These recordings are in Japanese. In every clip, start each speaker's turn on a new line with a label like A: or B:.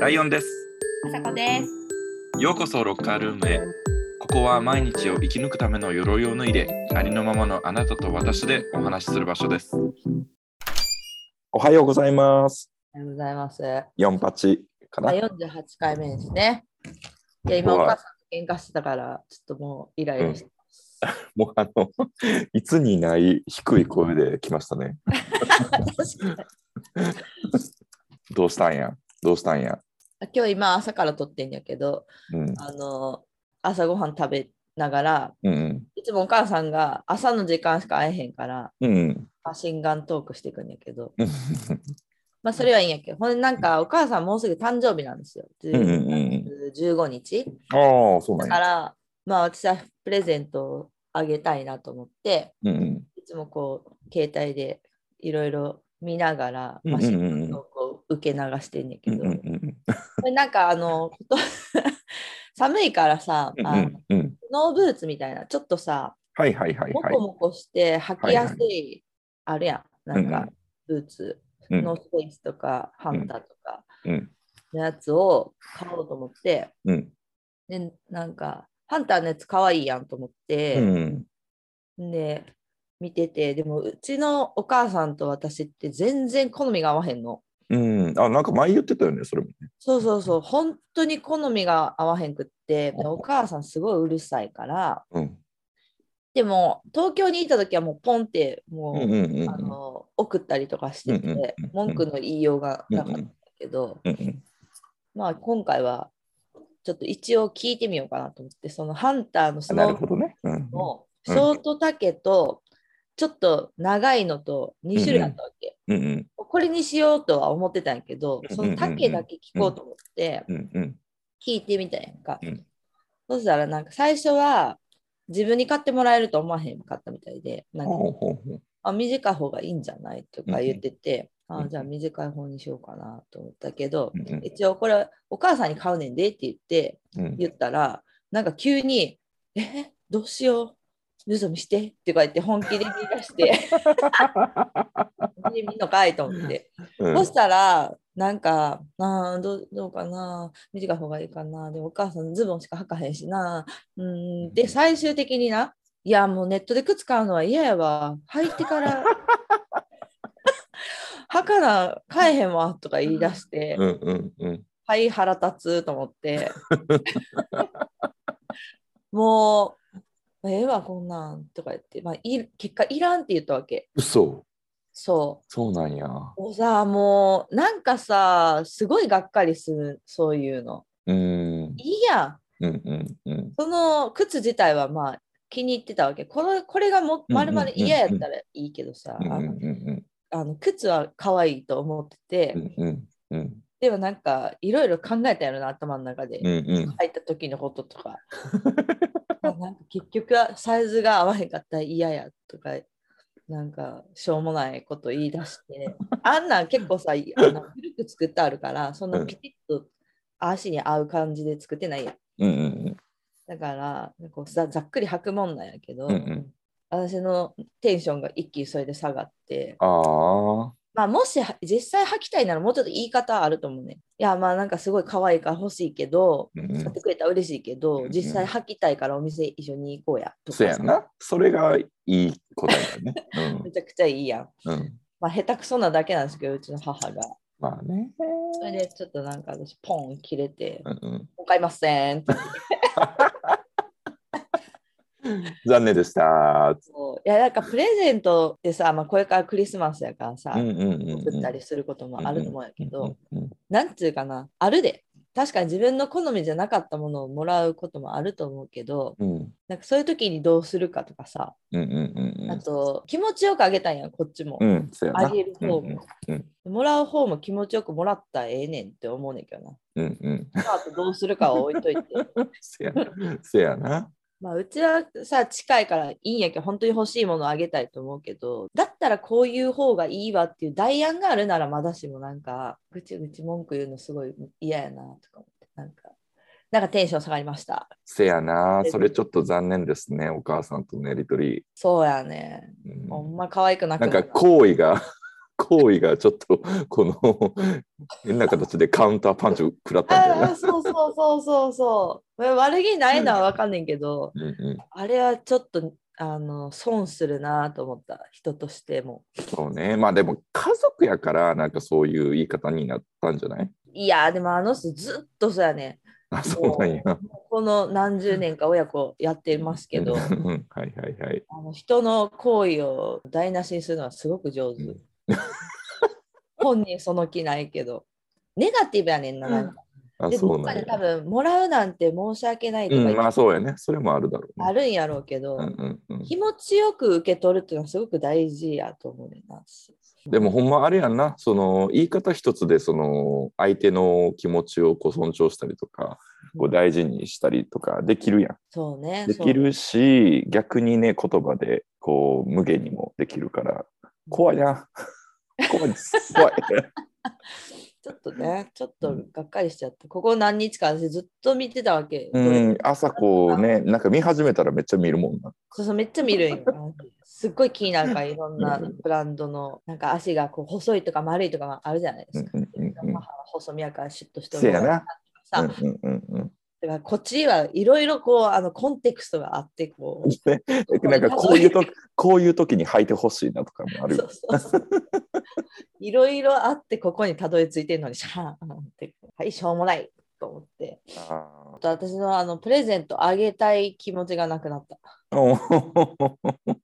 A: ライオンです。
B: あさこです。
A: ようこそロッカールームへ。ここは毎日を生き抜くための鎧を脱いで、ありのままのあなたと私でお話しする場所です。おはようございます。
C: おはようございます。
A: 4八か
C: まあ、
A: な。
C: 48回目ですね。いや、今お
A: 怖い
C: 母さんと喧嘩してたから、ちょっともうイライラしてます。
A: もうあの、 いつにない低い声で来ましたね。
C: 確かに
A: どうしたんやどうしたんや
C: 今日今朝から撮ってんやけど、
A: うん。
C: あの、朝ごはん食べながら、
A: うん
C: いつもお母さんが朝の時間しか会えへんから、
A: うん。うん
C: マシンガントークしていくんやけど、
A: うん。
C: まあそれはいいんやけど、ほんでなんかお母さんもうすぐ誕生日なんですよ。
A: うんうんうん
C: 15日。
A: ああ、そうな
C: だ
A: ん
C: か
A: や。
C: ら、まあ私はプレゼントをあげたいなと思って、
A: うんうん。
C: いつもこう携帯でいろいろ見ながら、
A: うん
C: ま
A: うん
C: あ、
A: うん
C: 新聞をこう受け流してんねんけ
A: うん
C: ど、
A: うんうん
C: これなんかあの 寒いからさ、
A: うん
C: あ
A: う
C: の
A: んうん。
C: スノーブーツみたいなちょっとさ
A: はいはいはい
C: も
A: はい
C: こ。もこして履きやすい、あるやんなん
A: うん
C: かブーツ、
A: うん
C: ノースペースとかハンターとか
A: うん
C: のやつを買おうと思って、
A: うん
C: でなんかハンターのやつ可愛いやんと思って。
A: うん。
C: で見ててでもうちのお母さんと私って全然好みが合わへんの
A: うん。あ、なんか前言ってたよね、それも。
C: そうそうそう本当に好みが合わへんくってでお母さんすごいうるさいから
A: うん。
C: でも東京にいた時はもうポンっても
A: うん
C: う、
A: うんうんうん
C: あの送ったりとかしてて、
A: うんうんうん
C: 文句の言いようがなかったけど、
A: うんうん。
C: まあ今回はちょっと一応聞いてみようかなと思ってそのハンターのス
A: な
C: ノ
A: る
C: ー
A: ほどね。うん。
C: のシ
A: うん
C: ョート丈とちょっと長いのと2種類あったわけ。
A: うんうん
C: これにしようとは思ってたんやけど
A: うん、
C: その丈だけ聞こうと思って
A: うんうん
C: 聞いてみたんやんか。
A: うん
C: そしたらなんか最初は自分に買ってもらえると思わへんかったみたいで、なんか
A: ほうほうほう
C: あ短い方がいいんじゃないとか言ってて、
A: んうん
C: あじゃあ短い方にしようかなと思ったけど、
A: うんうん
C: 一応これお母さんに買うねんでって言って
A: うん
C: 言ったら、なんか急に、えどうしよう、ルソ見してってか言って本気で言い出 して、本気で見んのかいと思って。
A: うん
C: そしたら、なんか、あーどうどうかな、短い方がいいかな、でもお母さんズボンしか履かへんしな、うーん、で、最終的にな、いや、もうネットで靴買うのは嫌やわ、履い てから、履かな、買えへんわとか言い出して、
A: うんうんうん
C: はい、腹立つと思 って、もう、ええわ、こんなんとか言って、まあ、い結果、いらんって言ったわけ。
A: 嘘
C: そう
A: そうなんや
C: もうさもうなんかさすごいがっかりするそういうの
A: うん
C: いいやん
A: うんうんうん
C: その靴自体はまあ気に入ってたわけこれこれがも
A: うんうん
C: まるまる嫌やったらいいけどさ、
A: うんうん
C: あ
A: う
C: の
A: ん
C: あの靴は可愛いと思ってて、
A: うんうんうん
C: でもなんかいろいろ考えたやろな頭の中で、
A: うんうん
C: 入った時のこととかあなんか結局はサイズが合わへんかったら嫌やとかなんかしょうもないこと言い出してあんなん結構さあの古く作ってあるからそんなピチッと足に合う感じで作ってないやん
A: うんうん
C: だからこうざざっくり履くもんなんやけど、
A: うんうん
C: 私のテンションが一気にそれで下がって、
A: ああ
C: まあ、もしは実際履きたいならもうちょっと言い方あると思うねいやまあなんかすごい可愛いから欲しいけど
A: うんうん
C: 買ってくれたら嬉しいけ
A: うんう
C: ど
A: ん
C: 実際履きたいからお店一緒に行こうやとか
A: そやなそれがいい答えだね
C: めちゃくちゃいいやん
A: うんうん
C: まあ下手くそなだけなんですけどうちの母が
A: まあね
C: それでちょっとなんか私ポン切れて
A: うんうん
C: 「もう買いません」って
A: 残念でした
C: こういやなんかプレゼントってさ、まあ、これからクリスマスやからさ、
A: うんうんうん
C: 送ったりすることもあると思うんやけど、
A: うんうん
C: なんていうかなあるで確かに自分の好みじゃなかったものをもらうこともあると思うけど
A: うん
C: なんかそういう時にどうするかとかさ、
A: うんうん
C: あと気持ちよくあげたんやんこっちも、
A: うんうんそやな
C: あげる方も、
A: うん
C: もらう方も気持ちよくもらったらええねんって思うねんけど な。
A: うんうん
C: まああとどうするかは置いとい て。
A: せやせやな。
C: まあ、うちはさ、近いからいいんやけど、本当に欲しいものあげたいと思うけど、だったらこういう方がいいわっていう代案があるならまだしもなんか、ぐちぐち文句言うのすごい嫌やなとか思って、なんか、なんかテンション下がりました。
A: せやな。それちょっと残念ですね。お母さんとのやりとり。
C: そうやね。
A: うん
C: ほんま可愛くなく
A: なん
C: な
A: か
C: る
A: 好意が 行為がちょっとこの変な形でカウンターパンチを食らったんだよ
C: あ
A: な
C: あ、そうそうそうそうそう。悪気ないのはわかんねんけど、
A: うんうん、
C: あれはちょっとあの損するなと思った、人としても。
A: そうねまあでも家族やからなんかそういう言い方になったんじゃない
C: いやー、でもあの人ずっとそうやね。
A: あそうなんや。
C: この何十年か親子やってますけ
A: う、
C: ど
A: んうんはいはいはい。
C: あの人の行為を台無しにするのはすごく上手。
A: うん
C: 本人その気ないけど。ネガティブやねんな。なんか
A: あ
C: で、
A: そう
C: 僕
A: な
C: は
A: んや
C: ね、。多分、もらうなんて申し訳ないと
A: う
C: か
A: ん、
C: 言
A: ま
C: っ
A: あそうやね。それもあるだろう、
C: あ
A: ね。
C: るんやろうけど、
A: うんうんうん、
C: 気持ちよく受け取るっていうのはすごく大事やと思うねんな。
A: でもほんまあれやんな、その言い方一つでその相手の気持ちをこう尊重したりとか、こう大事にしたりとかできるやん。
C: そうね。
A: できるし、逆にね、言葉でこう無限にもできるから、怖いな。 怖いです。怖い。
C: そう。ちょっとね、ちょっとがっかりしちゃって、ここ何日か私ずっと見てたわけ。
A: うん、朝こうね、なんか見始めたらめっちゃ見るもんな。
C: そうそうめっちゃ見るんよ。すっごい気になるから、いろんなブランドの、なんか足がこう細いとか丸いとかあるじゃないで
A: う
C: す
A: ん
C: か。
A: うんうんうん
C: 母は細身やからシュッとして
A: せやな。
C: さ、
A: うん
C: だか
A: うんうんうん。
C: らこっちはいろいろこうあのコンテクストがあってこう
A: ね なんかこういうとき、こういう時に履いてほしいなとかもあるよ
C: そうそうそういろいろあってここにたどり着いてるのにシャーンってはいしょうもないと思って
A: あ
C: あと私のあのプレゼントあげたい気持ちがなくなった
A: ー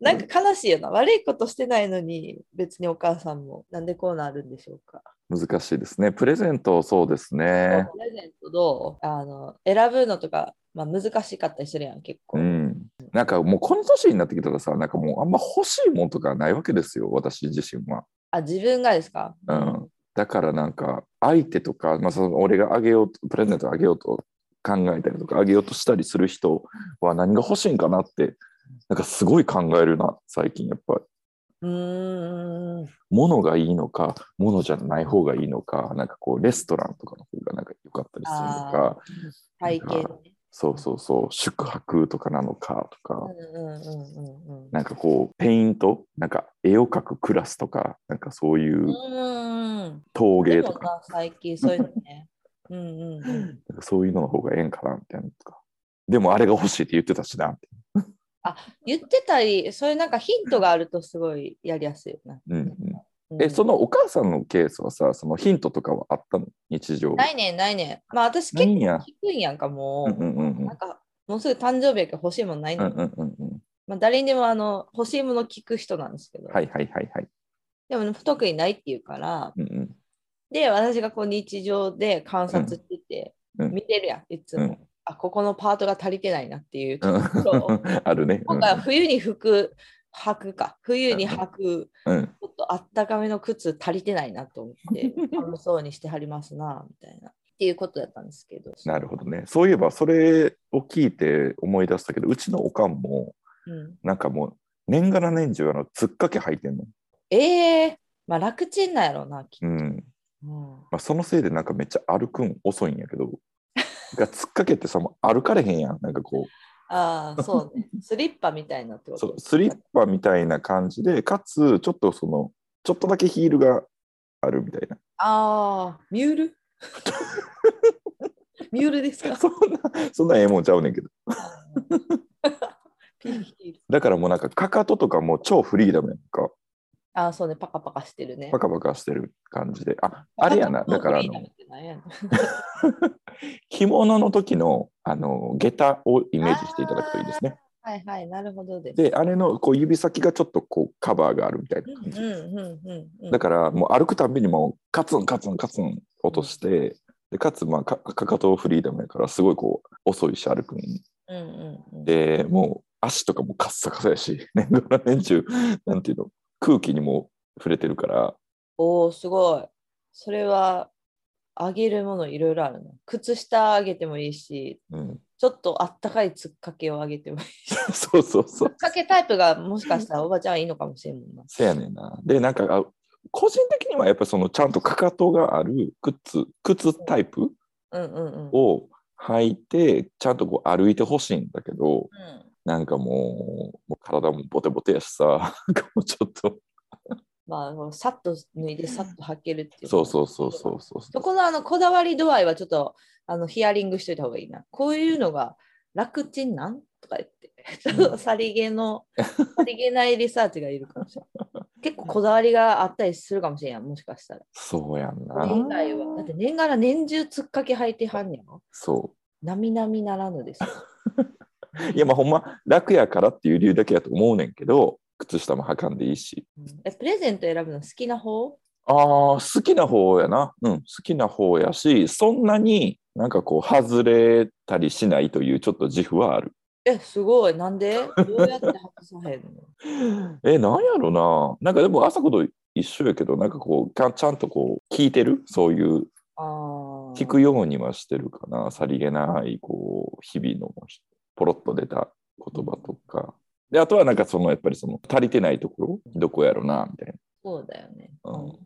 C: なんか悲しいよな悪いことしてないのに別にお母さんもなんでこうなるんでしょうか、
A: 難しいですね。プレゼント、そうですね。
C: プレゼントどうあの選ぶのとか、まあ、難しかったりするやん結構、
A: うん。なんかもうこの年になってきたらさ、なんかもうあんま欲しいもんとかないわけですよ、私自身は。
C: あ自分がですか、
A: うん。だからなんか、相手とか、まあ、その俺があげようと、プレゼントあげようと考えたりとか、あげようとしたりする人は何が欲しいんかなって、なんかすごい考えるな、最近やっぱり。
C: うーん
A: 物がいいのか、物じゃない方がいいのか、なんかこう、レストランとかの方がなんか良かったりするのか、
C: 体験ね
A: そうそうそう、宿泊とかなのかとか、
C: うんうんうんうんうん
A: なんかこう、ペイント、なんか絵を描くクラスとか、なんかそういう
C: うん。
A: 陶
C: で
A: 芸と
C: も
A: か、
C: な、最近そういうの ね。うんうんうん。
A: なんかそういうのの方がええんかなみたいなのとか。でもあれが欲しいって言ってたしな、みたい
C: 言ってたり、そういうなんかヒントがあるとすごいやりやすいよな。
A: なうんうん
C: うん
A: え、そのお母さんのケースはさ、そのヒントとかはあったの日常。
C: ないねんないねん。まあ私
A: な
C: 結
A: いん
C: 構
A: や。
C: 低いやんか、も
A: う
C: う。
A: んうんうんうん
C: なんかもうすぐ誕生日やけど欲しいもんない
A: うん
C: の、
A: うんうんうん。
C: まあ、誰にでもあの欲しいもの聞く人なんですけど、
A: はいはいはいはい。
C: でも不得意ないっていうから、
A: うんうん
C: で、私がこう日常で観察してて、
A: うんうん
C: 見てるやん、いつも、
A: うん
C: あ、ここのパートが足りてないなっていうと
A: う
C: ころを
A: ん あるね。
C: 今回は冬に服く、履くか、冬に履く、
A: うんうん
C: ちょっとあったかめの靴足りてないなと 思って、寒そうにしてはりますな、みたいな。っていうことだったんですけど。
A: なるほどね。そういえば、それを聞いて思い出したけど、うちのおかんも、
C: うん、
A: なんかもう、年がら年中、あの、つっかけ履いてんの。
C: ええまあ楽ちんなんやろうな、きっと
A: うん。
C: うん
A: まあ、そのせいで、なんかめっちゃ歩くん遅いんやけど、 がつっかけってさ、もう歩かれへんやん。なんかこ
C: ああ、そ うね。スリッパみたいなって
A: う、
C: こ
A: そ
C: と
A: うスリッパみたいな感じで、かつ、ちょっとその、ちょっとだけヒールがあるみたいな。
C: ああ、ミュールミュールですか
A: そんな、そんなええもんちゃうねんけど。
C: ピンヒール
A: だからもうなんか、かかととかも超フリーダムやんか。
C: ああ、そうね。パカパカしてるね。
A: バカバカしてる感じで。あ、あれやな。だから、あ
C: いいな
A: の
C: み、たいなんやな
A: 着物の時のあの下駄をイメージしていただくといいですね。
C: はいはい、なるほどです。
A: で、あれのこう指先がちょっとこうカバーがあるみたいな
C: う
A: 感
C: ん
A: じ。
C: うんうんうんうん。
A: だからもう歩くたびにもうカツンカツンカツン落として、でかつまあかかかとフリーダムやからすごいこう遅いし歩くん
C: うんうんうん、
A: で、もう足とかもカッサカサやし、 年がら年中、なんていうの、空気にも触れてるから、
C: おお、すごい。それは、あげるものいろいろあるな。靴下あげてもいいし、
A: うん、
C: ちょっとあったかいつっかけをあげてもいいし。
A: そうそうそ
C: つっ
A: う。
C: かけタイプがもしかしたらおばちゃんはいいのかもしれんもんな。
A: せやねんな。で、なんか、あ個人的にはやっぱそのちゃんとかかとがある靴、靴タイプ
C: うんうんうん。
A: を履いて、ちゃんとこう歩いてほしいんだけど、
C: うん
A: なんかもう、もう体もボテボテやしさ、なんかもうちょっと、
C: まあ、さっと脱いでさっと履けるっていう。
A: そうそうそうそうそう
C: そこのあのこだわり度合いはちょっとあのヒアリングしといた方がいいな。こういうのが楽ちんなんとか言って、ちょっと さりげの、さりげないリサーチがいるかもしれ ない。結構こだわりがあったりするかもしれんやん、もしかしたら。
A: そうやん
C: 年
A: な。
C: 代は。だって年がら年中つっかけ履いてはんねやろ。
A: そ
C: なみなみならぬ ですよ。
A: う。いや、まあほんま楽やからっていう理由だけやと思うねんけど、靴下も履かんでいいし。
C: うんえプレゼント選ぶの好きな方
A: ああ、好きな方やな。うん、好きな方やし、そんなになんかこう、外れたりしないというちょっと自負はある。
C: え、すごい。なん でどうやって外さへんの
A: え、なんやろな。なんかでも、朝子と一緒やけど、なんかこう、ちゃんちゃんとこう、聞いてるそういう、
C: あー
A: 聞くようにはしてるかな。さりげない、こう、日々のポロッと出た言葉とか。で、あとはなんかその、やっぱりその、足りてないところ、どこやろな、みたい
C: そうだよね、
A: うん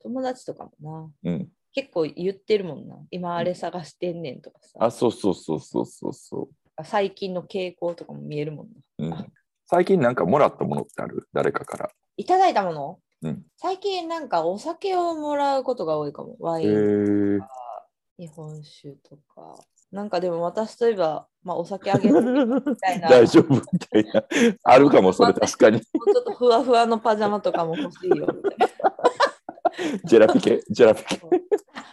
C: 友達とかもな。
A: な。うん。
C: 結構言ってるもんな。今あれ探してんねんとかさ。
A: あ、そうそうそうそうそうそ
C: 最近の傾向とかも見えるもんな。
A: う。うん。最近なんかもらったものってある誰かから。
C: いただいたもの、
A: うん
C: 最近なんかお酒をもらうことが多いかも。ワイン、
A: ー、
C: 日本酒とか。なんかでも私といえば、まあ、お酒あげるみたい な。
A: 大丈夫みたいな。あるかも、それ確かに。
C: もうちょっとふわふわのパジャマとかも欲しいよみたいな。
A: ジェラピケ、ジェラピケ。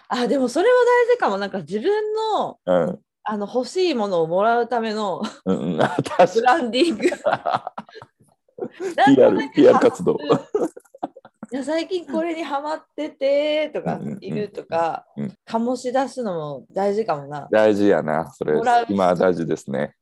C: あでもそれは大事かもなんか自分の
A: うん。
C: あの欲しいものをもらうため の
A: うん、うんあ確
C: ブランディ ング
A: か
C: なん
A: に。
C: と
A: PR
C: な、く
A: PR 活動。
C: いや最近これにハマっててとか
A: うんうんうん
C: いるとか
A: うん
C: 醸し出すのも大事かもな
A: 大事やな、それ
C: もらう。
A: 今は大事ですね。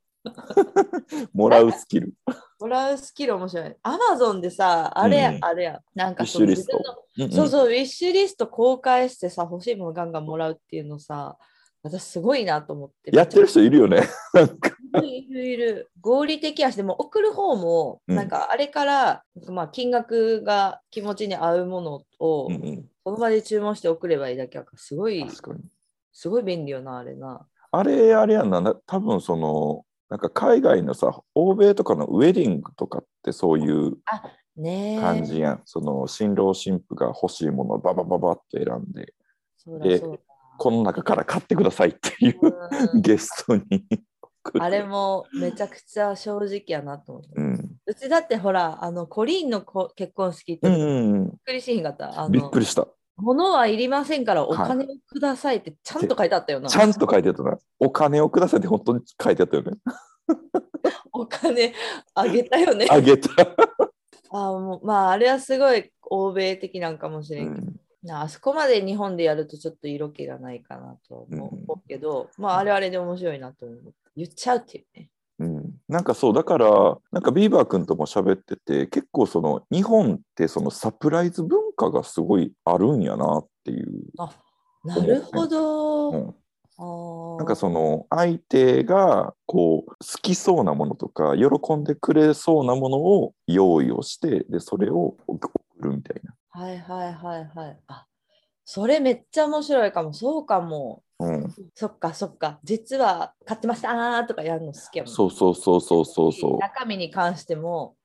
A: もらうスキル。
C: もらうスキル面白いアマゾンでさあれや、
A: うんうん
C: あれやなんかそ
A: ウ
C: の
A: ィッシュリス
C: 自
A: ト
C: 分の
A: うんうん
C: そうそうウィッシュリスト公開してさ欲しいものガンガンもらうっていうのさ私すごいなと思って
A: やってる人いるよね。なんか
C: いるいるいる合理的やしでも送る方も
A: うん
C: なんかあれから、まあ、金額が気持ちに合うものを
A: うんうん
C: その場で注文して送ればいいだけやからすごい
A: 確かに。
C: すごい便利よなあれな
A: あれ、あれやんな、な多分その、なんか海外のさ、欧米とかのウェディングとかってそういう
C: ねえ
A: 感じやん。その新郎新婦が欲しいものをババババッと選んで、
C: そうだそう
A: この中から買ってくださいっていう
C: だ、うん
A: ゲストに送る。
C: あれもめちゃくちゃ正直やなと思って
A: うん。
C: うちだってほらあのコリンのこ結婚式って
A: う
C: び
A: ん
C: っ
A: うん
C: くりしひんかった、
A: う
C: あ
A: ん。びっ
C: の
A: くりした。
C: 物はいりませんからお金をくださいってちゃんと書いてあったよな、
A: ちゃんと書いてあったな。お金をくださいって本当に書いてあったよね。
C: お金あげたよね
A: あげた。
C: あーもうまああれはすごい欧米的なんかもしれんけど、なあそこまで日本でやるとちょっと色気がないかなとは思
A: うん
C: うけど、まああれはあれで面白いなと思う言っちゃうっていうね
A: うん、なんかそうだからなんかビーバー君とも喋ってて結構その日本ってそのサプライズ文化がすごいあるんやなっていう、
C: なるほど、
A: うん、
C: あー
A: なんかその相手がこう好きそうなものとか喜んでくれそうなものを用意をしてでそれを送るみたい
C: はいはいはいはいあそれめっちゃ面白いかもそうかも
A: な、うん、
C: そっかそっか実は買ってましたーとかやるの好きやもん
A: そうそうそうそうそうそ
C: 中身に関しても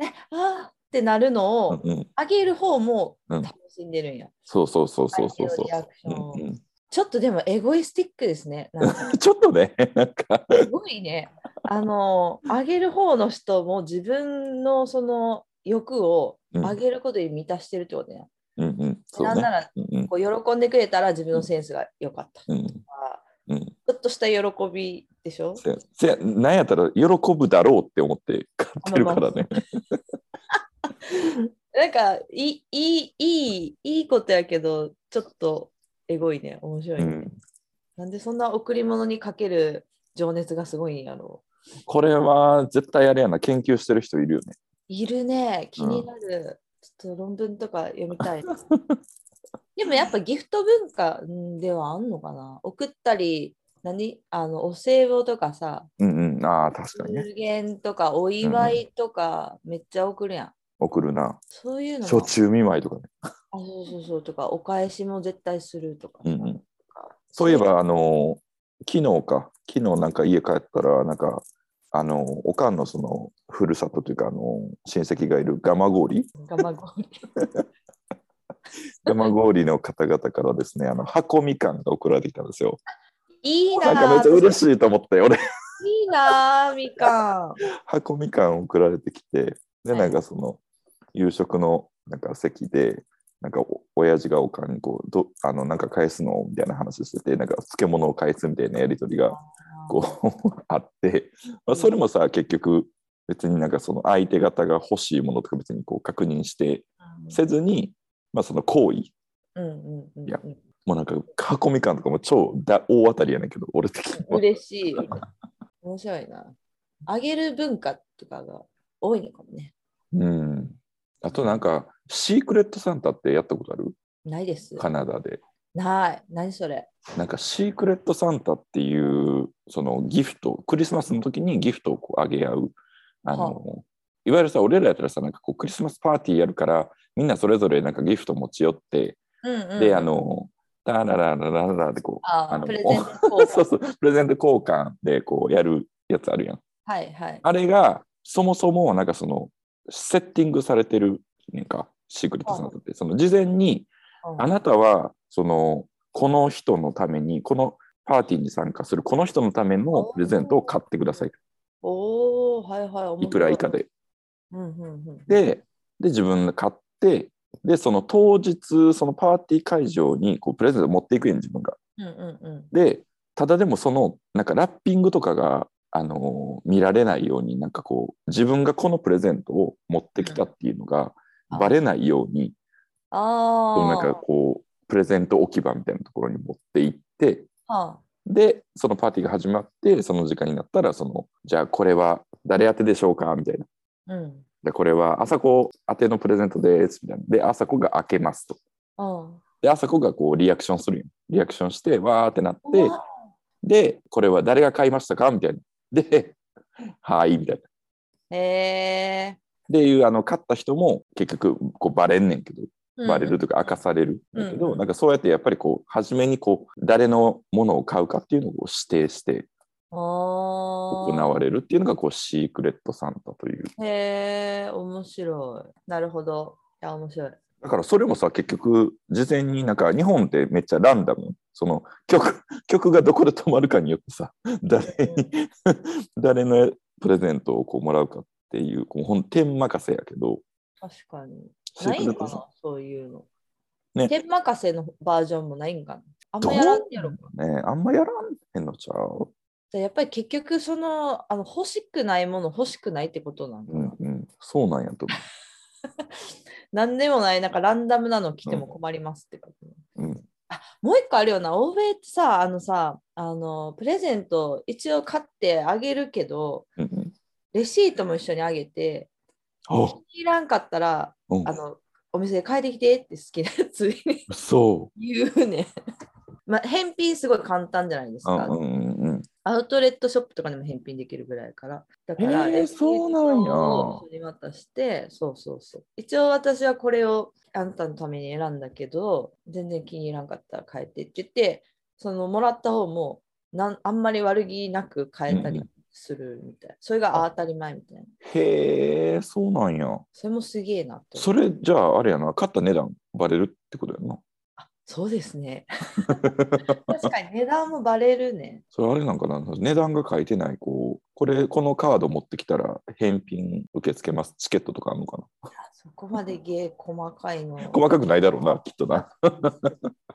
C: えあーってなるの
A: う、
C: を
A: うんうん、
C: あげる方も
A: うん
C: 楽しんでるんや、
A: そうそうそうそうそうそう
C: 相手のリアクションを
A: うんうん
C: ちょっとでもエゴイスティックですね。なんか
A: ちょっとねなんか
C: すごいね。あの、あげる方の人も自分のその欲を
A: うん
C: あげることに満たしてるってことね。
A: うんうんそ
C: な
A: うん
C: な
A: ね
C: ら
A: うんうん
C: こう喜んでくれたら自分のセンスが良かったと
A: うん
C: か、
A: うん
C: ちょっとした喜びでしょ
A: せやせやなんやったら喜ぶだろうって思って買ってるからね。
C: なんかいい、いい、いい、いいことやけど、ちょっとエゴいね。面白い、ね
A: うん
C: なんでそんな贈り物にかける情熱がすごいんやろう。
A: これは絶対あれやな研究してる人いるよね。
C: いるね、気になる。ちょっと論文とか読 みたいな。でもやっぱギフト文化んではあんのかな送ったり、何あの、お歳暮とかさ、
A: うんうん、ああ確かにね
C: 有限とかお祝いとかめっちゃ送るやん。
A: 送るな。
C: そういうのも
A: 初中見舞いとかね。
C: あそうそうそうとか、お返しも絶対するとか。
A: うんうんそういえばあの昨日か昨日なんか家帰ったらなんかあのおかんのそのふるさとというかあの親戚がいる蒲 郡
C: 蒲氷。
A: 蒲郡の方々からですねあの箱みかんが送られてきたんですよ。
C: いい
A: なん
C: な
A: かめっちゃ
C: ー
A: 嬉しいと思って俺
C: いいなーみかん。
A: 箱みかん送られてきてで
C: はい
A: なんかその夕食のなんか席でなんかお親父がおかんにこうどあのなんか返すのみたいな話しててなんか漬物を返すみたいなやり取りがこう あって、まあ、それもさ結局別になんかその相手方が欲しいものとか別にこう確認してせずに、まあ、その行為
C: うんうんうんうん
A: いやもうなんか箱みかんとかも超だ大当たりやねんけど俺的には
C: 嬉しい。面白いな。あげる文化とかが多いのかもね。
A: うんあとなんかシークレットサンタってやったことある
C: ないです。
A: カナダで
C: ない。何それ。
A: なんかシークレットサンタっていうそのギフトクリスマスの時にギフトをこうあげ合うあの、、
C: はい
A: わゆるさ俺らやったらさなんかこうクリスマスパーティーやるからみんなそれぞれなんかギフト持ち寄って、
C: うんうん
A: であのダラララララでこう
C: あ
A: あの
C: プレゼント交換
A: そうそうプレゼント交換でこうやるやつあるやん
C: はいはい。
A: あれがそもそもなんかそのセッティングされてるねんかシークレットサンタってその事前に
C: うん
A: あなたはそのこの人のためにこのパーティーに参加するこの人のためのプレゼントを買ってください
C: おおはいはい面白。
A: いくら以下で。
C: うんうんうん。
A: でで自分が買ってでその当日そのパーティー会場にこうプレゼント持っていくやん自分が。
C: うんうんうん。
A: でただでもそのなんかラッピングとかが、あのー見られないようになんかこう自分がこのプレゼントを持ってきたっていうのが
C: うん
A: バレないように
C: あ
A: その
C: あ。
A: なんかこうプレゼント置き場みたいなところに持って行って。
C: は
A: で、そのパーティーが始まって、その時間になったら、その、じゃあこれは誰宛てでしょうかみたいな。
C: あ。うん。
A: で、これは朝子宛てのプレゼントです。みたいな。で、朝子が開けますと。
C: うん。
A: で、朝子がこうリアクションするよ。リアクションして、わーってなっ
C: う
A: て、
C: わ
A: で、これは誰が買いましたかみたいな。で、はい、みたいな。っ
C: へえ。
A: ていう、あの、買った人も結局、こう、バレんねんけど、
C: うん
A: バレるというか、明かされる。だけ
C: うんう
A: ど、
C: ん
A: なんかそうやって、やっぱりこう、初めにこう、誰のものを買うかっていうのをこう指定して、
C: あ
A: 行
C: 行
A: われるっていうのがこうシークレットサンタという
C: へえ、面白い。なるほど。いや、面白い。
A: だからそれもさ結局事前になんか日本ってめっちゃランダムその曲 曲がどこで止まるかによってさ誰に 誰のプレゼントをこうもらうかっていうこうほん点任せやけど
C: 確かに。
A: シー
C: な
A: クレ
C: いの
A: ッ
C: か
A: トサ
C: な、そういうの。
A: ね
C: 天任せのバージョンもないんかな。あんまやらんやろか。
A: ンタねあんまやらんへんのちゃう、
C: じゃあやっぱり結局、その、あの欲しくないもの欲しくないってことなのか
A: う
C: な。
A: んうん、そうなんやと
C: なんでもない、なんかランダムなの来ても困りますってこと、
A: 思う、うん、
C: もう一個あるよな、欧米ってさ、あのさ、あの、プレゼント一応買ってあげるけど、
A: うんうん
C: レシートも一緒にあげて、
A: あ
C: いらんかったら、
A: うん
C: あの、お店で買えてきてって好きなやつに
A: そ
C: 言うね。 まあ、返品すごい簡単じゃないです
A: う、うん
C: か。
A: うんうんうん、
C: アウトレットショップとかでも返品できるぐらいから。だから、
A: へー
C: レシートを
A: そうなんや
C: 一緒に渡して、そうそうそう。一応私はこれをあなたのために選んだけど、全然気に入らんかったら変えてって言って、そのもらった方もなんあんまり悪気なく変えた
A: う
C: り
A: ん
C: するみたいな。それがあ当たり前みたいな。
A: へえそうなんや
C: それもすげえなって思う
A: それじゃああれやな買った値段バレるってことやんな
C: あそうですね。 確かに値段もバレるね。
A: それあれなんかな値段が書いてないこうこれこのカード持ってきたら返品受け付けますチケットとかあるのかな
C: あそこまでゲー細かいの。
A: 細かくないだろうなきっとな
C: だか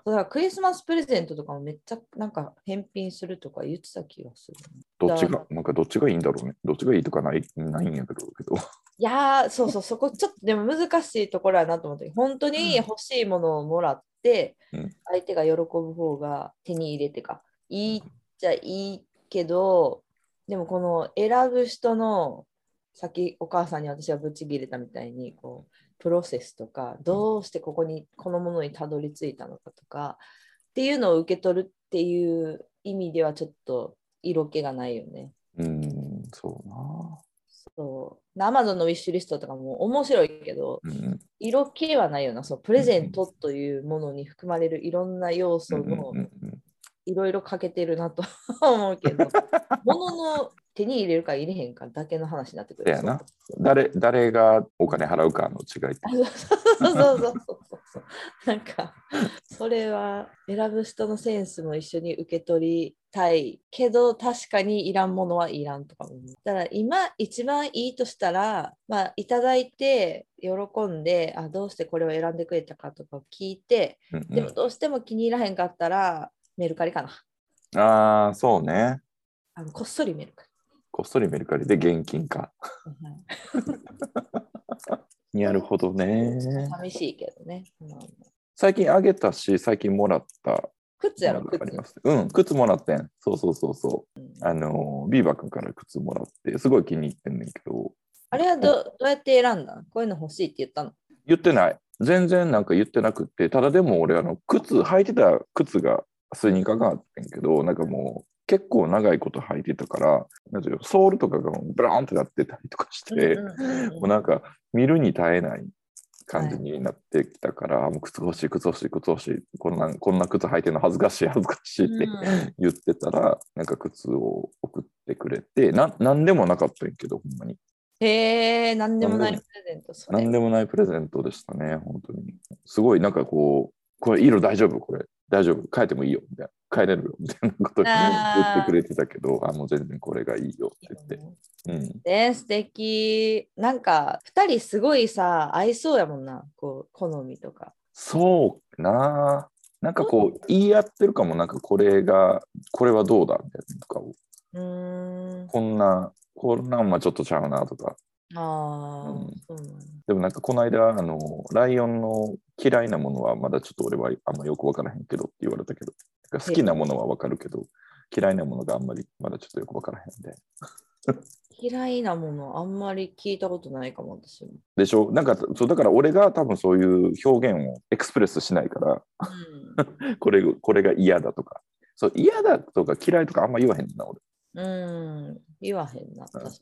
C: らクリスマスプレゼントとかもめっちゃなんか返品するとか言ってた気がする。
A: どっちがなんかどっちがいいんだろうねどっちがいいとかないないんやけどけど
C: いやー、そうそう、そこちょっとでも難しいところやなと思って、本当に欲しいものをもらって
A: うん、
C: 相手が喜ぶ方が手に入れてか、いいっちゃいいけど、でもこの選ぶ人の、さっきお母さんに私はぶち切れたみたいに、こう、プロセスとか、どうしてここに、このものにたどり着いたのかとか、っていうのを受け取るっていう意味ではちょっと色気がないよね。
A: うーんそうな
C: そう。アマゾンのウィッシュリストとかも面白いけど、
A: うんうん
C: 色気はないような、そのプレゼントというものに含まれるいろんな要素
A: うんうん
C: の
A: うんうん
C: いろいろ欠けてるなと思うけど、物の手に入れるか入れへんかだけの話になってく
A: せ
C: る。
A: やな。誰誰がお金払うかの違いって
C: あ。そうそうそうそうそうそうそう。なんか、それは選ぶ人のセンスも一緒に受け取りたいけど、確かにいらんものはいらんとかも。だから今一番いいとしたら、まあ、いただいて喜んで、あ、どうしてこれを選んでくれたかとかを聞いて、
A: うん
C: でもどうしても気に入らへんかったら、メルカリかな。
A: うん、ああ、そうね。
C: あのこっそりメルカリ。
A: こっそりメルカリで現金か。なるほどね。
C: 寂しいけどね。うん
A: 最近あげたし、最近もらった
C: 靴やろ、
A: ものがあ
C: 靴
A: り。ます。うん、靴もらってん。そうそうそうそう。あの、ビーバー君から靴もらって、すごい気に入ってんねんけど、
C: あれはどどうやって選んだのこういうの欲しいって言ったの
A: 言ってない。全然なんか言ってなくって、ただでも俺、あの、靴、履いてた靴が、スニーカーがあってんけど、なんかもう、結構長いこと履いてたから、なんていうのソールとかがブラーンってなってたりとかして、
C: うんうんうんうん
A: もうなんか見るに耐えない感じになってきたから、もう靴欲しい靴欲しい靴欲しいこんなこんな靴履いてるの恥ずかしい恥ずかしいって、
C: うん
A: 言ってたらなんか靴を送ってくれてな何でもなかったんやけどほんまに
C: へえ、なんでもないプレゼント。それ
A: 何でもないプレゼントでしたね本当にすごいなんかこうこれ色大丈夫これ大丈夫変えてもいいよみたいな変えれるよみたいなこと言
C: あー
A: ってくれてたけどあもう全然これがいいよって言って、うん、
C: ね、素敵なんか2人すごいさ合いそうやもんなこう好みとか
A: そうなあ。なんかこう言い合ってるかもなんかこれがこれはどうだみたいなのとかを
C: うーん
A: こんなこんなんはちょっとちゃうなとか
C: ああ、
A: うん
C: そうなんだ
A: でもなんかこの間あのライオンの嫌いなものはまだちょっと俺はあんまよくわからへんけどって言われたけどなんか好きなものはわかるけど嫌いなものがあんまりまだちょっとよくわからへんで
C: 嫌いなものあんまり聞いたことないかも私も、
A: でしょなんかそうだから俺が多分そういう表現をエクスプレスしないからこれこれが嫌だとかそう嫌だとか嫌いとかあんま言わへんな俺
C: うん、うん、言わへんな確かに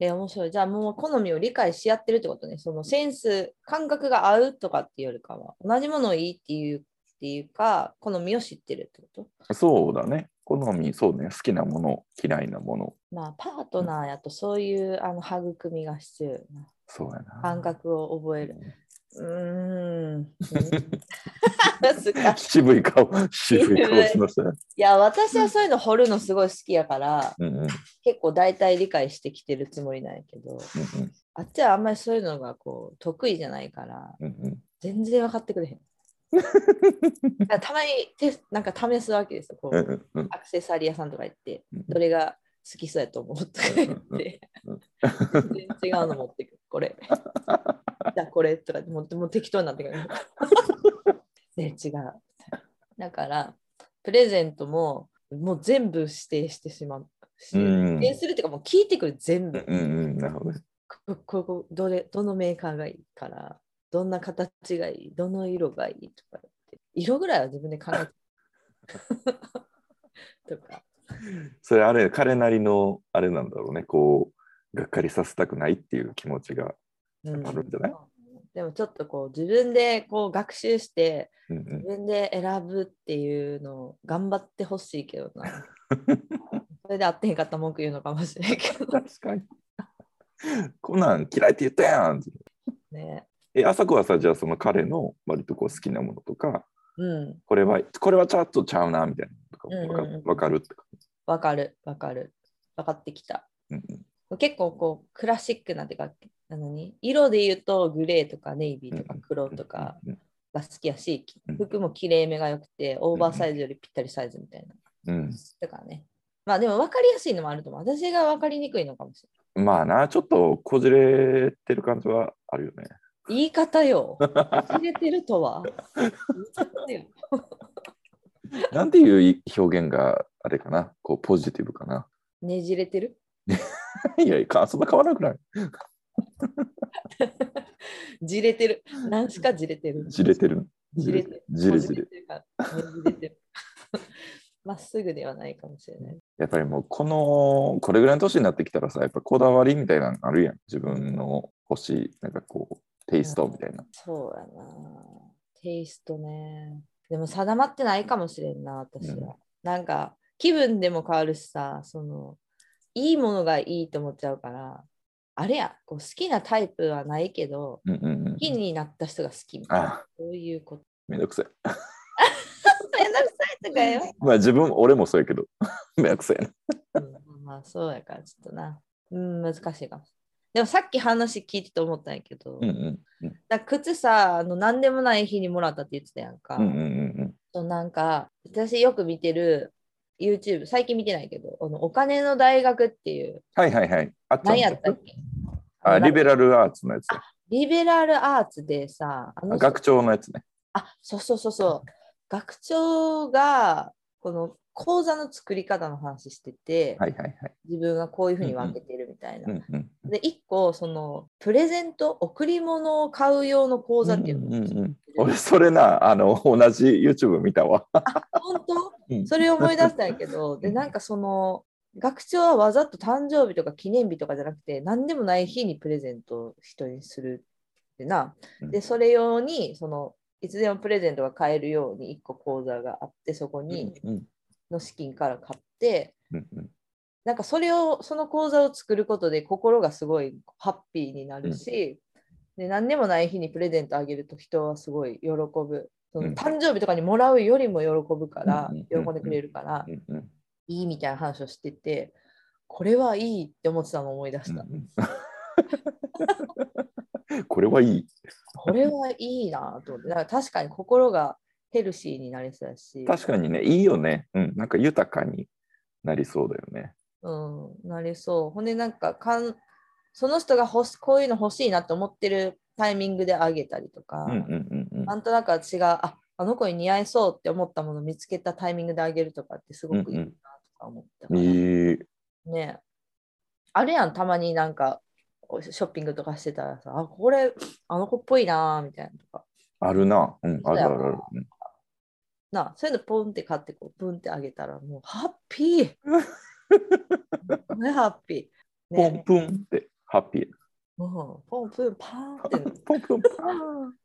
C: え面白いじゃあもう好みを理解し合ってるってことねそのセンス感覚が合うとかっていうよりかは同じものをいいっていうっていうか好みを知ってるってこと
A: そうだね。好み、そうね。好きなもの、嫌いなもの。
C: まあ、パートナーやとそういうあの育みが必要よな
A: そうやな。
C: 感覚を覚える。うーん。うん 難しい
A: 渋い 顔、渋い顔しましたね。
C: いや、私はそういうの掘るのすごい好きやから、
A: うんうんうん
C: 結構大体理解してきてるつもりなんやけど、あっちはあんまりそういうのがこう得意じゃないから、
A: うんうんうん
C: 全然分かってく れへん。だからたまにテなんか試すわけですよ。こ
A: う
C: うん
A: うん
C: アクセサリー屋さんとか行って、
A: うん
C: どれが好きそうやと思うとか言って、全然違うの持ってくる、これ。じゃあこれとか、もうもう適当になってくる。 ね、違う。だから、プレゼントも、もう全部指定してしまう
A: う
C: し。
A: ん
C: 指定するっていうか、もう聞いてくる、全部。
A: うんうんなるほどね。
C: こここどれ、どのメーカーがいいから、どんな形がいい、どの色がいいとか言って。色ぐらいは自分で考えて。 とか。
A: それあれ、彼なりのあれなんだろうね。こう、がっかりさせたくないっていう気持ちが。
C: うん
A: あるんじゃない
C: でもちょっとこう自分でこう学習して
A: うんう
C: 自
A: ん
C: 分で選ぶっていうのを頑張ってほしいけ どな。それで合ってへんかったら文句言うのかもしれんけど
A: 確かに。 こんなん嫌いって言ったやん。
C: ね。
A: え、あさこはさ、じゃあその彼の割とこう好きなものとか、
C: うん、
A: これは、これはちょっとちゃうな、みたいなのとか
C: うんうんうん
A: わかるわかるってか。
C: わかるわかる。わかってきた。
A: うんうん
C: 結構こうクラシックなってかなのに色で言うとグレーとかネイビーとか黒とか
A: うん
C: が好きやし
A: うん
C: 服も綺麗めが良くてオーバーサイズよりぴったりサイズみたいな。
A: うん、
C: だからね。まあでも分かりやすいのもあると思う。私が分かりにくいのかもしれない。
A: うんまあなちょっとこじれてる感じはあるよね
C: 言い方よ。入れてるとは。言い方よ
A: なんていう表現があれかなこうポジティブかな
C: ねじれてる
A: いやいやそんな変わらなくない
C: じれてる。何しかじれてる。
A: じれてる
C: じれてる。
A: じれじれ
C: こてるから。ねじれてる。 まっすぐではないかもしれない。
A: やっぱりもうこのこれぐらいの年になってきたらさやっぱこだわりみたいなのあるやん自分の欲しいなんかこうテイストみたいな
C: そうやな。テイストね。でも定まってないかもしれんな、私は。なんか気分でも変わるしさそのいいものがいいと思っちゃうからあれやこう好きなタイプはないけど
A: うんうんうん
C: 好きになった人が好きみたいな
A: あ
C: そういうこと
A: めんどくせえ。
C: めんどくさいとかよ、
A: まあ自分、俺もそうやけど、 めんどくせえな。
C: うんまあそうやからちょっとなうん難しいかもしれないでもさっき話聞いてて思ったんやけど、
A: うんうん
C: だから靴さあの何でもない日にもらったって言ってたやんか、
A: うんうんうん
C: そうなんか私よく見てる YouTube 最近見てないけどあのお金の大学っていう
A: はいはいはい。あっちゃん
C: 何やったっけ
A: あリベ
C: ラ
A: ラルアーツのやつね。
C: リベラルアーツでさあの人
A: 学長のやつね。
C: あそうそうそうそう学長がこの講座の作り方の話してて、
A: はいはいはい。
C: 自分がこういうふうに分けてるみたいな、
A: うんうん。
C: で1個そのプレゼント贈り物を買う用の講座っていうのを
A: うんうんうん俺、それな、あの、同じ YouTube 見たわ。
C: 本当
A: うん
C: それを思い出したんや けど、で、なんかその、学長はわざと誕生日とか記念日とかじゃなくて、何でもない日にプレゼントを人にするってな。
A: うん
C: で、それ用に、その、いつでもプレゼントが買えるように1個講座があって、そこに、
A: うん
C: の資金から買って、
A: うんうん
C: なんかそれを、その講座を作ることで心がすごいハッピーになるし、で、何でもない日にプレゼントあげると人はすごい喜ぶ。その
A: うん
C: 誕生日とかにもらうよりも喜ぶから
A: うんうん、
C: 喜
A: うんうん
C: んでくれるから、
A: うんうん
C: いいみたいな話をしてて、これはいいって思ってたのを思い出した。
A: うん うんこれはいい。
C: これはいいなと思って、なんか確かに心がヘルシーになりそうだし、
A: 確かにね、いいよね。うん、なんか豊かになりそうだよね。
C: うん、なりそう。ほんで、なんかかん、その人が欲しこういうの欲しいなと思ってるタイミングであげたりとか、
A: うんうんうんうん
C: なんとなく違う、ああの子に似合いそうって思ったものを見つけたタイミングであげるとかってすごくいいなとか思ったか
A: うん。
C: ら、
A: いい。
C: ねえあれやん、たまになんか、こうショッピングとかしてたらさ、あ、これ、あの子っぽいなみたいなとか。
A: あるな。うん、あ
C: そう
A: る
C: や
A: あ
C: な
A: るある。うん
C: なあそういうのポンって買ってこう、ポンってあげたらもうハッ ピーね、ハッピー。
A: ポン
C: ね、
A: プンって、ハッピー。
C: ポンポンプンパーンって。
A: ポンプンパ ン。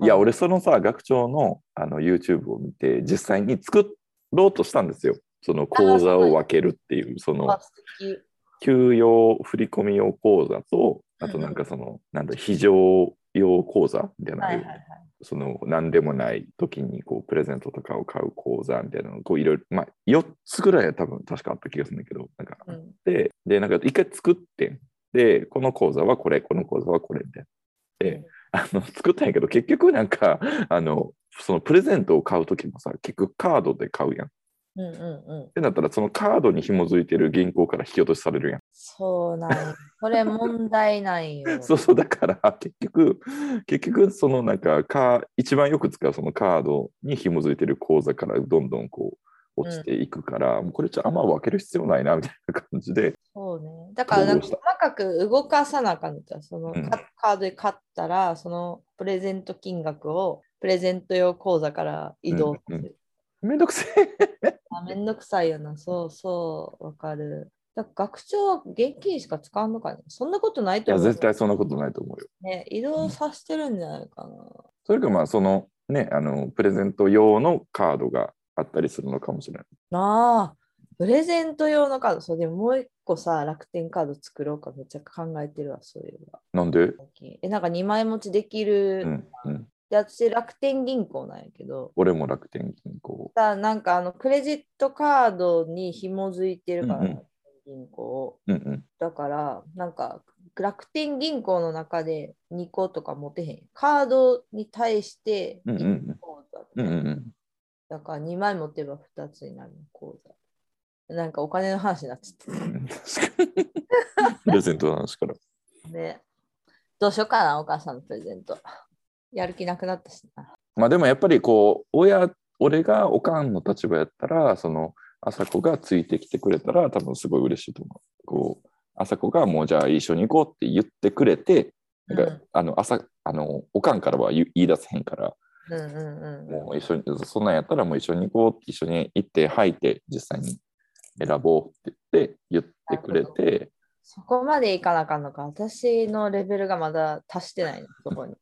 A: いや、俺、そのさ、学長のあの YouTube を見て、実際に作ろうとしたんですよ。その口座を分けるっていう、その
C: あ素敵
A: 給与振込用口座と、あとなんかその、なんだ、非常用口座じゃな
C: はい
A: い、
C: はいはい。
A: その何でもない時にこうプレゼントとかを買う口座みたいなのをこういろいろ、まあ、4つぐらいは多分確かあった気がするんだけど、なんか
C: うん
A: で、で、なんか一回作ってん、で、この講座はこれ、この講座はこれみたいな。で、 あの、作ったんやけど、結局なんか、あの、そのプレゼントを買う時もさ、結局カードで買うやん。っ
C: うんうんうん。
A: てなったら、そのカードに紐づいてる銀行から引き落としされるやん。。
C: そうなんよこれ問題ない よ
A: そうそう、だから、結局、結局、そのなんか、か、一番よく使うそのカードに紐づいてる口座からどんどんこう、落ちていくから、もうこれじゃあんま分ける必要ないな、みたいな感じで、
C: そうね。だからなんか細かく動かさなあかんのちゃう。その
A: うん
C: カカードで買ったら、そのプレゼント金額をプレゼント用口座から移動する。
A: うんうんめんどくせえ。
C: あめんどくさいよな、そうそう、わかる。だから学長は現金しか使わんのかねそんなことない
A: い
C: と
A: や、
C: 思う。
A: 絶対そんなことないと思うよ。
C: ね、移動させてるんじゃないかな。
A: それかまあそのねあのプレゼント用のカードがあったりするのかもしれない。
C: なあ、プレゼント用のカード、そうでももう一個さ、楽天カード作ろうか、めっちゃ考えてるわ、そういう
A: な
C: の
A: んで？
C: 最近え、なんか2枚持ちでき
A: う
C: る、
A: んうん。
C: で私楽天銀行なんやけど、
A: 俺も楽天銀行。
C: さなんかあのクレジットカードに紐づいてるから、
A: うんうん
C: 楽天銀行を。
A: うんうん。
C: だから、なんか、楽天銀行の中で2個とか持てへん。カードに対して
A: うんうんうん
C: 1口座。
A: うんうんうん。
C: だから2枚持てば2つになる口座。なんかお金の話になっちゃっ
A: 確かにプレゼントの話から。
C: た。ね。どうしようかな、お母さんのプレゼント。やる気なくなったしな。
A: まあでもやっぱりこう親俺がおかんの立場やったらその朝子がついてきてくれたら多分すごい嬉しいと思う。こう朝子がもうじゃあ一緒に行こうって言ってくれて。なんか
C: うん
A: あの朝あのおかんからは言い言い出せへんから
C: うんうんうん。
A: もう一緒に、そんなんやったらもう一緒に行こうって、一緒に行って、吐いて、実際に選ぼうって言って、言ってくれて、
C: そこまでいかなあかんのか。私のレベルがまだ達してない、そこに。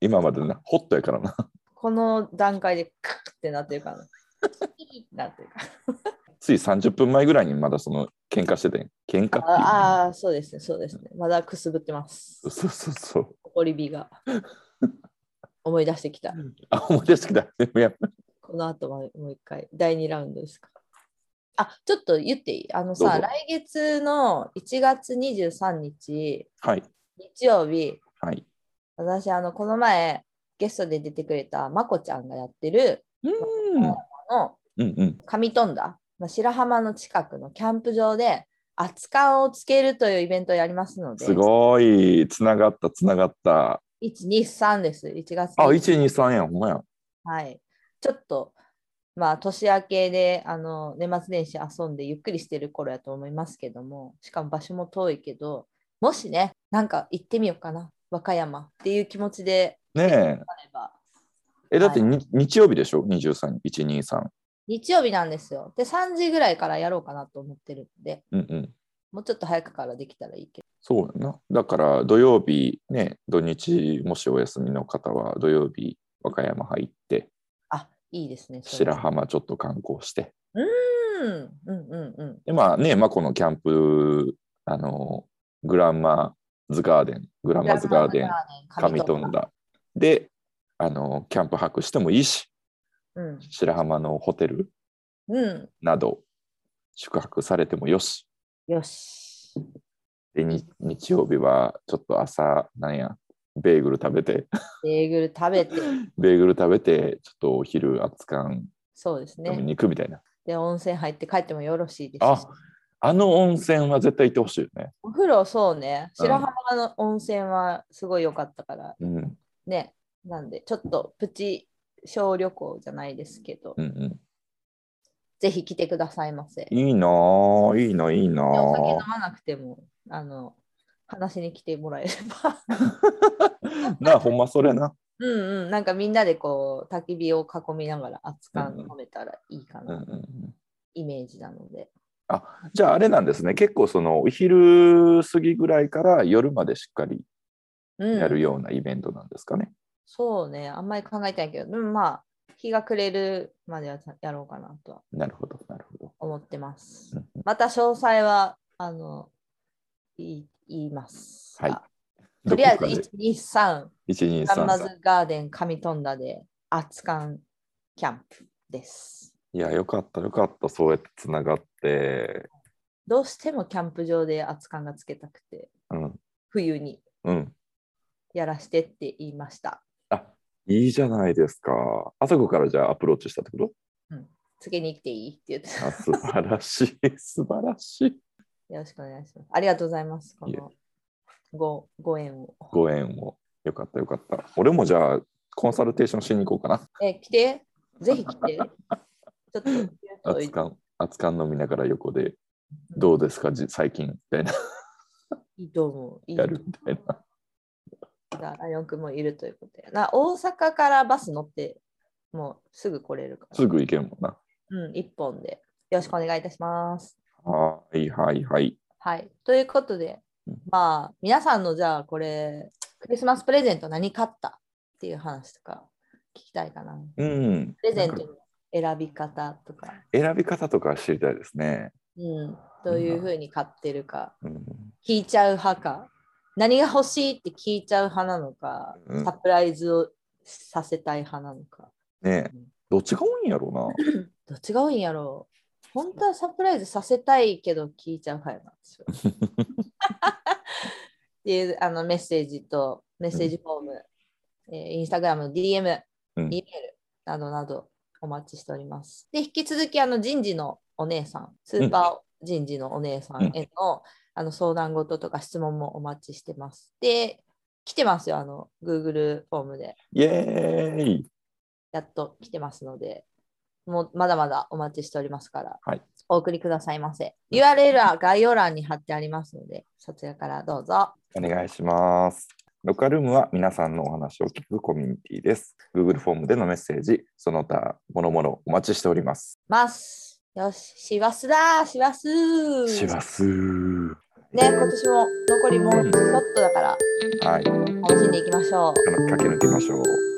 A: 今までな、ホットやからな。
C: この段階でクッってなってるから。いキーなんていうか。
A: つい30分前ぐらいにまだその喧嘩してて喧嘩っていう
C: ああー、そうですね、そうですね。まだくすぶってます
A: そう。そうそうそう
C: 怒り火が。思い出してきた。
A: あ思い出してきたでもやっぱ
C: この後ももう一回、第2ラウンドですか。あ、ちょっと言っていいあの
A: どう
C: さ、
A: ぞ
C: 来月の1月23日、
A: はい
C: 日曜日、
A: はい
C: 私、あの、この前、ゲストで出てくれたまこちゃんがやってる、
A: うん
C: あの、
A: うんうん
C: 上富田、まあ、白浜の近くのキャンプ場で熱燗をつけるというイベントをやりますのです
A: ごいつながったつながった
C: 123です1月
A: あ123やんほんまやん
C: はいちょっとまあ年明けであの年末年始遊んでゆっくりしてる頃やと思いますけどもしかも場所も遠いけどもしねなんか行ってみようかな和歌山っていう気持ちで
A: ね
C: あれば
A: ええだってに、日曜日でしょ23 123
C: 日曜日なんですよで3時ぐらいからやろうかなと思ってるんで
A: うんうん
C: もうちょっと早くからできたらいいけど
A: そうやなだから土曜日ね土日もしお休みの方は土曜日和歌山入って
C: あいいですねそれ
A: 白浜ちょっと観光して
C: うんうんうんうん
A: でまあね、まあ、このキャンプ、あの、グランマズガーデン、グランマズガーデン、上
C: 富
A: 富田で、あの、キャンプ泊してもいいし、
C: うん、
A: 白浜のホテル
C: う
A: など、宿泊されてもよし。
C: ん、よし。
A: で、に日曜日はちょっと朝、なんや、ベーグル食べて、
C: ベーグル食べて、
A: ベーグル食べて、ちょっとお昼熱燗
C: そうです
A: 飲み
C: ね。
A: に行くみたいな。
C: で、温泉入って帰ってもよろしいですし。
A: ああの温泉は絶対行ってほしいよね。
C: お風呂、そうね。
A: うん
C: 白浜の温泉はすごい良かったから、
A: うん、
C: ね。なんで、ちょっとプチ小旅行じゃないですけど、
A: うん、う
C: ぜひ来てくださいませ。
A: ん。いいなぁ、いいな、いいな
C: でお酒
A: ぁ
C: 飲。まなくても、あの、話に来てもらえれば。
A: なあ、ほんまそれな。
C: うんうん、なんかみんなでこう、焚き火を囲みながら熱燗飲めたらいいか
A: うんう
C: な、
A: んうん
C: イメージなので。
A: じゃああれなんですね結構そのお昼過ぎぐらいから夜までしっかり
C: うん、
A: やるようなイベントなんですかね。
C: そうね、あんまり考えてないけど、でもまあ、日が暮れるまではやろうかなとは
A: なるほどなるほど。
C: 思ってます
A: うん。
C: また詳細は、あの、い言いますが。
A: は
C: とりあえず、
A: どこかで
C: 1、2、3、
A: 1 2 3
C: ガンマズガーデン上富田で、熱燗キャンプです。
A: いやよかったよかったそうやってつながって。
C: どうしてもキャンプ場で熱燗がつけたくて、
A: うん
C: 冬に
A: うん。
C: やらしてって言いました。
A: いいじゃないですか。あそこからじゃあアプローチしたってこと
C: つけに来ていいって言って、
A: あ素晴らしい素晴らしい
C: よろしくお願いします。ありがとうございます。こ
A: いえ
C: のごご縁を。
A: ご縁を。よかったよかった。俺もじゃあコンサルテーションしに行こうか
C: え、来て。ぜひ来て。ちょっと言う
A: な。
C: とい
A: 熱燗熱燗飲みながら横でどうですかじ最近みたいない
C: いと思う。いいと
A: や
C: 思
A: るみたいな。
C: うだライオン君もいるということで。な大阪からバス乗って、もうすぐ来れるから。
A: すぐ行けるもんな。
C: うん、一本で。よろしくお願いいたします。
A: はいはいはい。
C: はい。ということで
A: うん、
C: まあ、皆さんのじゃあこれ、クリスマスプレゼント何買ったっていう話とか聞きたいかな。
A: うん。
C: プレゼント
A: なんか
C: の選び方とか、
A: 選び方とか知りたいですね。
C: うん、どういうふうに買ってるか。
A: うん。
C: 聞いちゃう派か何が欲しいって聞いちゃう派なのか、
A: うん
C: サプライズをさせたい派なのか
A: ねえどっちが多いんやろ う
C: どっちが多いんやろう本当はサプライズさせたいけど聞いちゃう派なんですよ。 っていうあのメッセージとメッセージフォーム、えーインスタグラムの DM、
A: うん
C: E メールなどなどお待ちしております。で、引き続きあの人事のお姉さん、スーパー人事のお姉さんへの,、あの相談事とか質問もお待ちしてます。で、来てますよ、あの Google フォームで。
A: な。イエーイ
C: やっと来てますので、もうまだまだお待ちしておりますから、
A: はい
C: お送りくださいませ。URL は概要欄に貼ってありますので、そちらからどうぞ。
A: お願いします。ロカルームは皆さんのお話を聞くコミュニティです。Google フォームでのメッセージ、その他、もろもろお待ちしております。
C: ます。よし、師走だ師走
A: し
C: ね、
A: ますー。
C: 今年も残りもうちょっとだから、
A: はい。
C: 楽しんでいきましょう。
A: 駆け抜けましょう。